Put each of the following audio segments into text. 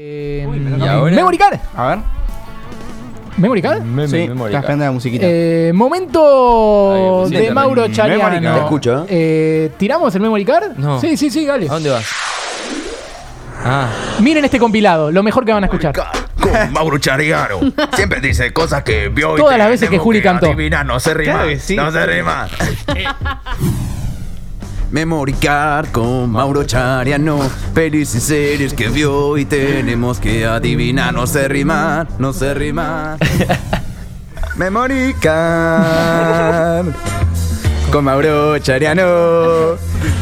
Eh, Uy, me toca y a mí. ahora- Em, Memory Card. A ver. Memory Card. Me, Sí. memoria. Estás prende la musiquita. Eh, Ahí, momento sí, de también. Mauro Memory Chariano. Card. Te escucho, Eh, ¿Tiramos el Memory Card? No. Sí, sí, sí, dale. ¿A dónde vas? Ah, Miren este compilado, lo mejor que van a escuchar. con Mauro Chariano. Siempre dice cosas que vio y Todas las veces que tenemos Juli cantó. adivinar, no se rima. Claro que sí. No se rima. Memory Card con Mauro Chariano. Pelis y series que vio y tenemos que adivinar. No sé rimar, no sé rimar. Memory Card con Mauro Chariano.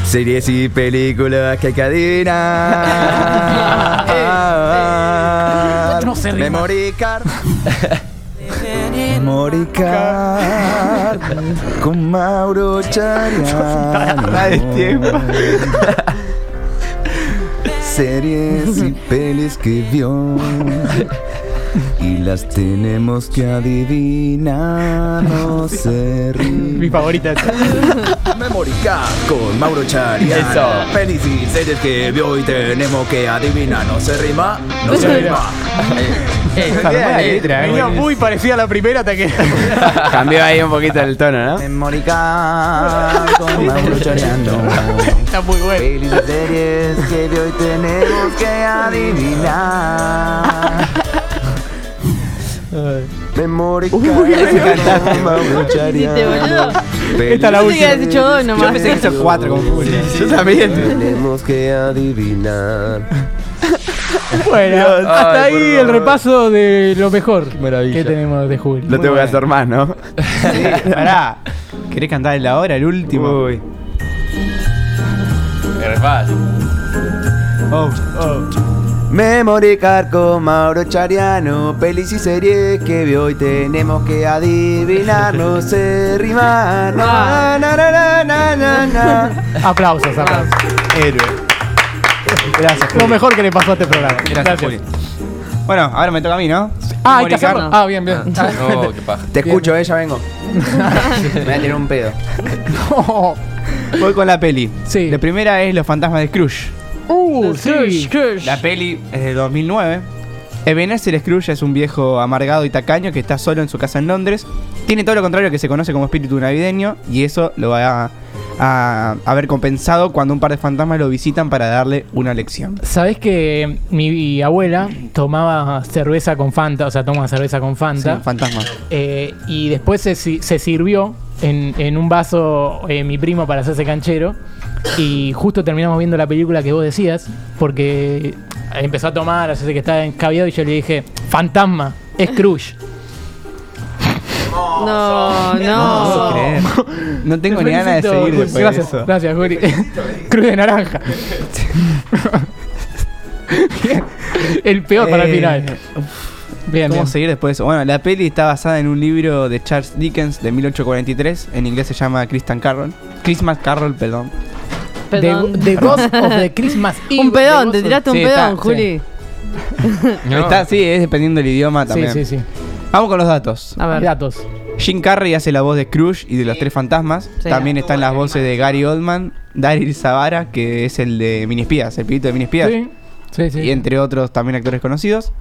Series y películas que hay que adivinar. No sé rimar. Memory Card. Memory Card con Mauro Chariano. de tiempo. Series y pelis que vio. Y las tenemos que adivinar, no sé. Mi favorita. Memory Card con Mauro Chariano. Eso. Pelis y series que vio y tenemos que adivinar, no se rima, no se rima. Venía muy parecida a la primera hasta que. Cambió ahí un poquito el tono, ¿no? Memory Card con Mauro Chariano. Está muy buena. Pelis y series que de hoy tenemos que adivinar. Memory Hiciste, boludo? Esta Yo te habías hecho dos nomás. hizo cuatro con Juli. Yo también. Tenemos que adivinar. Bueno, hasta Ay, por ahí el favor. repaso de lo mejor maravilla. que tenemos de Julio. Lo tengo que hacer más, ¿no? Sí, pará. ¿Querés cantar el ahora, el último? Uy. Oh, oh. Memory Card con Mauro Chariano. Pelis y series que vio hoy tenemos que adivinar. No sé rimar. Na, na, na, na, na, na, na. Aplausos, aplausos. Héroe. Gracias, Juli. Lo mejor que le pasó a este programa. Gracias, Juli. Bueno, ahora me toca a mí, ¿no? Ah, hay que Memory Card. hacerlo. Ah, bien, bien. no, qué paja. Te escucho, eh, ya vengo. Me voy a tirar un pedo. No. Voy con la peli. Sí. La primera es Los fantasmas de Scrooge. Uh, sí. La peli es de 2009. Ebenezer Scrooge es un viejo amargado y tacaño que está solo en su casa en Londres. Tiene todo lo contrario que se conoce como espíritu navideño y eso lo va a, a haber compensado cuando un par de fantasmas lo visitan para darle una lección. Sabes que mi abuela tomaba cerveza con Fanta, o sea, toma cerveza con Fanta. Sí, fantasma. Eh, y después se, si- se sirvió en, en un vaso eh, mi primo para hacerse canchero. Y justo terminamos viendo la película que vos decías, porque empezó a tomar, así que estaba encabiado, y yo le dije, fantasma, es Scrooge. No, No puedo no. creer. No tengo Te ni ganas de felicito, seguir Juli. después de Gracias, eso. gracias, Juli. Cruz de naranja. Bien. El peor para el Eh, final. Bien, ¿Cómo bien. seguir después de eso? Bueno, la peli está basada en un libro de Charles Dickens de 1843. En inglés se llama Christian Carroll. Christmas Carroll, perdón. The, Perdón. the Ghost of the Christmas Eve. Un pedón, The te Ghost tiraste un Sí, está, pedón, sí. Juli. No. Está, sí, es dependiendo del idioma of- Ah. Sí, también. sí, sí. Vamos con los datos. A ver. Datos. Jim Carrey hace la voz de Scrooge y de los tres fantasmas. Sí. También están las voces de Gary Oldman, Daryl Zavara, que es el de Minispías, el pibito de Minispías. Sí, sí, sí. Y entre otros también actores conocidos.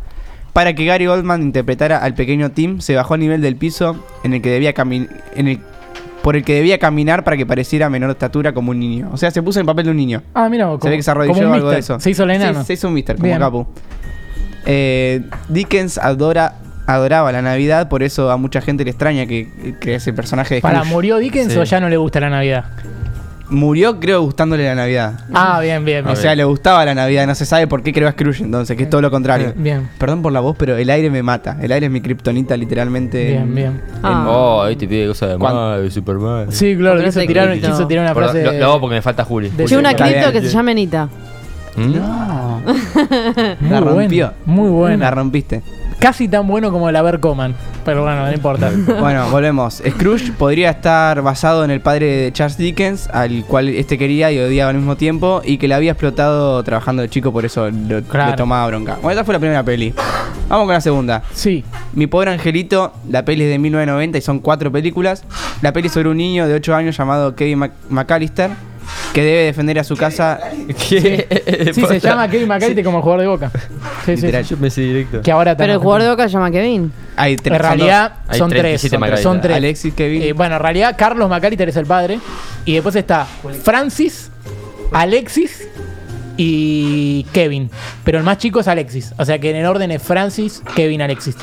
Para que Gary Oldman interpretara al pequeño Tim, se bajó al nivel del piso en el que debía caminar. por el que debía caminar para que pareciera menor estatura como un niño. O sea, se puso en papel de un niño. Ah, mira, como, Se ve que se como arrodilló un o algo de mister. eso. Se hizo el Sí, enano. se hizo un mister, como Bien. capo. Eh, Dickens adora, adoraba la Navidad, por eso a mucha gente le extraña que, que ese personaje de ¿Para Scrooge murió Dickens Sí. o ya no le gusta la Navidad? murió, creo, gustándole la Navidad. Ah, bien, bien, O bien. sea, le gustaba la Navidad, no se sabe por qué creó a Scrooge entonces, que es todo lo contrario. Bien, Perdón por la voz, pero el aire me mata. El aire es mi kriptonita, literalmente. bien, bien. Ah. Oh, ahí te pide cosas de ¿Cuán- mal, super mal. Sí, claro, Pero quiso ese tirar, grito. quiso tirar una Perdón, frase. lo, lo hago porque me falta Juli. de- Che, una Está cripto bien, que se llame Anita. ¿Mm? No. muy buena, La rompió. muy La buena. rompiste. Casi tan bueno como el haber Coman. Pero bueno, no importa. Bueno, volvemos. Scrooge podría estar basado en el padre de Charles Dickens, al cual este quería y odiaba al mismo tiempo, y que le había explotado trabajando de chico, por eso lo, Claro. le tomaba bronca. Bueno, esta fue la primera peli. Vamos con la segunda. Sí. Mi pobre angelito, la peli es de 1990 y son cuatro películas. La peli es sobre un niño de 8 años llamado Kevin Mac- McAllister, que debe defender a su casa. ¿Qué? Sí, se Posta. llama Kevin McCarthy como jugador de boca. Sí, sí, Literal. sí. Yo pensé directo. Que ahora Pero el también- jugador de Boca se llama Kevin. Hay tres- En son realidad Hay son 37 tres. Son tres, Macarita. son dos. tres. Alexis, Kevin. Eh, bueno, en realidad Carlos Macaliter es el padre. Y después está Francis, Alexis y Kevin. Pero el más chico es Alexis. O sea que en el orden es Francis, Kevin, Alexis.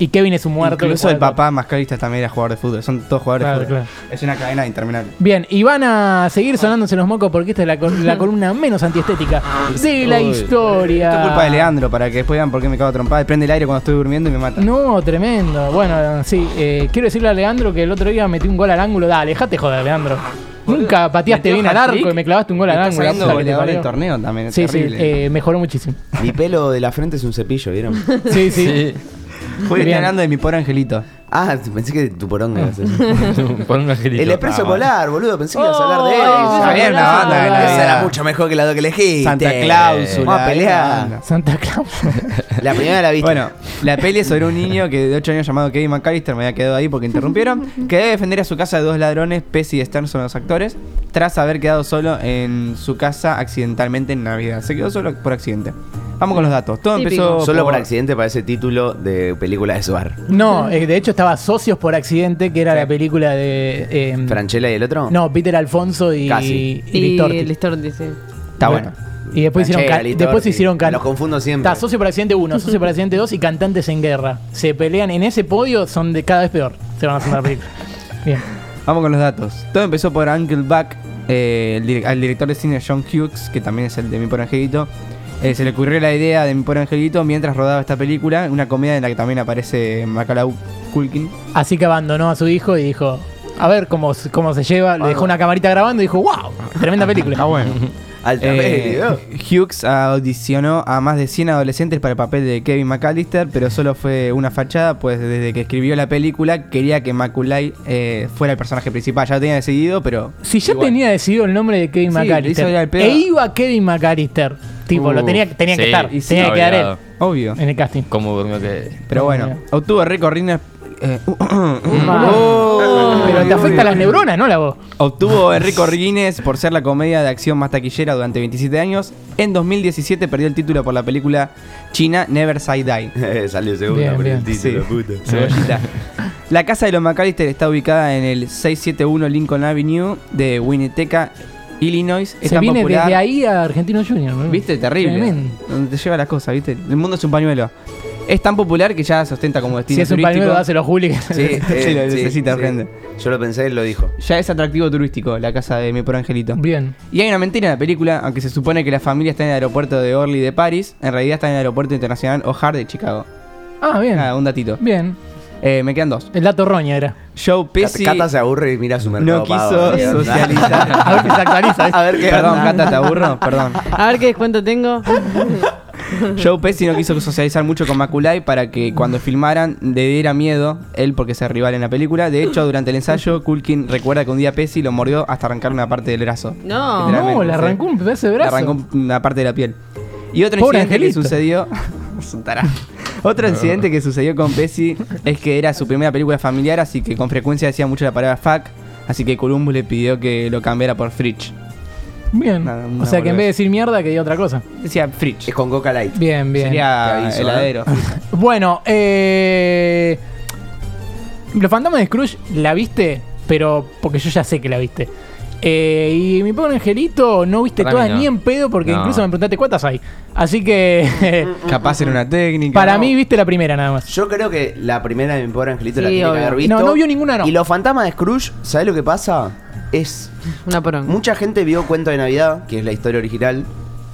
Y Kevin es un muerto. que Incluso juega el al- papá mascarista también era jugador de fútbol. Son todos jugadores Claro, de fútbol. claro. Es una cadena interminable. Bien, y van a seguir sonándose los mocos porque esta es la, col- la columna menos antiestética de la Uy. historia. Esto es culpa de Leandro, para que después vean por qué me cago trompada. Prende el aire cuando estoy durmiendo y me mata. No, tremendo. Bueno, sí, eh, quiero decirle a Leandro que el otro día metí un gol al ángulo. Dale, dejate joder, Leandro. Nunca pateaste metió bien al hat-trick. arco y me clavaste un gol al Está ángulo. la saliendo puta que te goleador del parió. torneo también. es Sí, sí, terrible. eh, mejoró muchísimo. Mi pelo de la frente es un cepillo, ¿vieron? Sí, sí. Sí. Julio está bien. hablando de mi pobre angelito. Ah, pensé que tu poronga iba a ser. Pon un angelito. El expreso Ah, polar, boludo, pensé que ibas a hablar de él. Oh, Esa bien, la banda de Esa Navidad. era mucho mejor que la que elegiste. Santa Claus Clausula. Vamos a pelear. Santa Claus. La primera la viste. Bueno, la peli es sobre un niño que de 8 años llamado Kevin McAllister, me había quedado ahí porque interrumpieron, que debe defender a su casa de dos ladrones, Pesci y Stern son los actores, tras haber quedado solo en su casa accidentalmente en Navidad. Se quedó solo por accidente. Vamos con los datos. Todo Típico. empezó Solo por accidente parece título de película de Suar. No, eh, de hecho estaba Socios por accidente, que era la película de. eh, ¿Franchella y el otro? no, Peter Alfonso y, Casi. y Listorti. Listorti, sí. Está bueno. Y después hicieron, Franchella, can- Listorti. después hicieron can- Los confundo siempre. Está socio por accidente 1, socio por accidente 2 y cantantes en guerra. Se pelean en ese podio, son de cada vez peor. Se van a hacer la película. Bien. Vamos con los datos. Todo empezó por Uncle Buck, eh, el direc- al director de cine John Hughes, que también es el de Mi Pobre Angelito. Eh, se le ocurrió la idea de Mi Pobre Angelito mientras rodaba esta película, una comedia en la que también aparece Macaulay Culkin. Así que abandonó a su hijo y dijo, a ver cómo, se- cómo se lleva. Le dejó una camarita grabando y dijo, wow, tremenda película. Ah, bueno. Alta Eh, medio. Hughes audicionó a más de 100 adolescentes para el papel de Kevin McAllister, pero solo fue una fachada, pues desde que escribió la película quería que Maculay eh, fuera el personaje principal. Ya lo tenía decidido, pero Si ya tenía decidido el nombre de Kevin Sí, le hizo ir al McAllister pedo. e iba Kevin McAllister, tipo, Uh, lo tenía, tenía que sí, estar, y sí, tenía que quedar él obligado. obvio. en el casting. ¿Cómo durmió que.? Pero bueno, obtuvo récord Guinness, eh, Mal. Ah. Uh. Pero te afecta las neuronas, ¿no? La voz. Oh. Obtuvo el récord Guinness por ser la comedia de acción más taquillera durante 27 años. En 2017 perdió el título por la película china Never Say Die. Salió segunda Bien, por bien. el título, puta. Cebollita. Eh. La casa de los McAllister está ubicada en el 671 Lincoln Avenue de Winneteca, Illinois. Es Se tan viene popular. desde ahí a Argentino Junior. ¿no? ¿Viste? Terrible. Tremendo. Donde te lleva las cosas, ¿viste? El mundo es un pañuelo. Es tan popular que ya se ostenta como destino Si es un turístico. pañuelo, dáselo a Juli. Sí, eh, Sí, lo necesita, Fernando. Yo lo pensé, él lo dijo. Ya es atractivo turístico la casa de mi por angelito. Bien. Y hay una mentira en la película, aunque se supone que la familia está en el aeropuerto de Orly de París, en realidad está en el aeropuerto internacional O'Hare de Chicago. Ah, bien. Nada, un datito. Bien. Eh, me quedan dos. El dato roña era. Joe Pesci Cata se aburre y mira su mercado no Pago, quiso ¿qué onda? socializar. A ver si se actualiza. ¿eh? A ver qué Perdón, onda. Cata, te aburro, perdón. A ver qué descuento tengo. Joe Pesci no quiso socializar mucho con Maculay para que cuando filmaran le diera miedo él porque sea rival en la película. De hecho, durante el ensayo, Culkin recuerda que un día Pesci lo mordió hasta arrancar una parte del brazo. No. Literalmente, No, le sí. arrancó un pedazo de Le brazo. arrancó una parte de la piel. Y otro Pobre incidente angelito. que sucedió. Es un tarado. Otro Ah. incidente que sucedió con Pesci es que era su primera película familiar, así que con frecuencia decía mucho la palabra fuck. Así que Columbus le pidió que lo cambiara por Fridge. Bien. Nada, o una sea que en vez de boludez. decir mierda, que diga otra cosa. Decía Fridge. Es con Coca Light. Bien, bien. Te Sería aviso, heladero. Bueno, eh. Los fantasmas de Scrooge la viste, pero porque yo ya sé que la viste. Eh, y mi pobre angelito no viste Para mí todas no. ni en pedo porque No. incluso me preguntaste cuántas hay. Así que Capaz era una técnica. para ¿no? mí viste la primera nada más. Yo creo que la primera de mi pobre angelito la Sí, tiene que obvio. haber visto. No, no vio ninguna, no. Y los fantasmas de Scrooge, ¿sabes lo que pasa? Es. Una poronga. Mucha gente vio Cuento de Navidad, que es la historia original,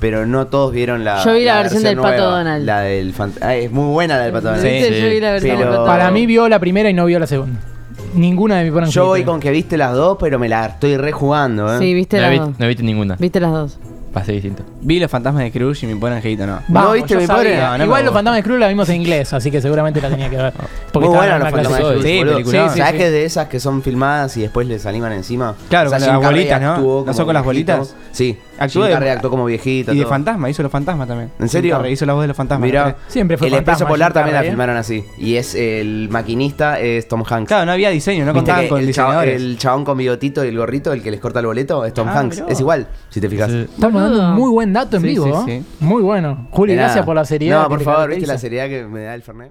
pero no todos vieron la. Yo vi la versión del Pato Donald. La del fant- ah, es muy buena la del Pato Donald. ¿Viste? sí. Yo vi la versión Pero- del pato. Para mí vio la primera y no vio la segunda. Ninguna de mi pobre angelito. Yo voy con que viste las dos, pero me la estoy rejugando, ¿eh? Sí, viste No las vi- dos. no viste ninguna. Viste las dos. Pasé distinto. Vi los fantasmas de Scrooge y mi pobre angelito no. Vamos, ¿No viste yo mi pobre? sabía. No, no me Igual los gusta. fantasmas de Scrooge la vimos en inglés, así que seguramente la tenía que ver. Porque estaba muy buena en los una clase fantasmas de de- Scrooge, Sí, boludo. película. ¿Sabés Sí, que de esas que son filmadas y después les animan encima? Claro, O sea, con Jim las Carrey bolitas, ¿no? actuó ¿No como son con las viejito. bolitas? Sí. Actuó Jim de- Carrey actuó como viejito. Y de todo. fantasma, hizo los fantasmas también. ¿En serio? Jim Carrey hizo la voz de los fantasmas. Mirá. Siempre fue El fantasma, Expreso Polar Jim también la Carrey, ¿eh? filmaron así. Y es el maquinista, es Tom Hanks. Claro, no había diseño, no Viste contaban que con el, chabón, diseñadores. el chabón con bigotito y el gorrito, el que les corta el boleto, es Tom Ah, Hanks. mirá. Es igual, si te fijas. Sí. Estamos Boludo. dando un muy buen dato en Sí, vivo. sí, ¿eh? Muy bueno. Juli, De nada. gracias por la seriedad. No, por que te favor, viste la caracteriza. seriedad que me da el Fernet.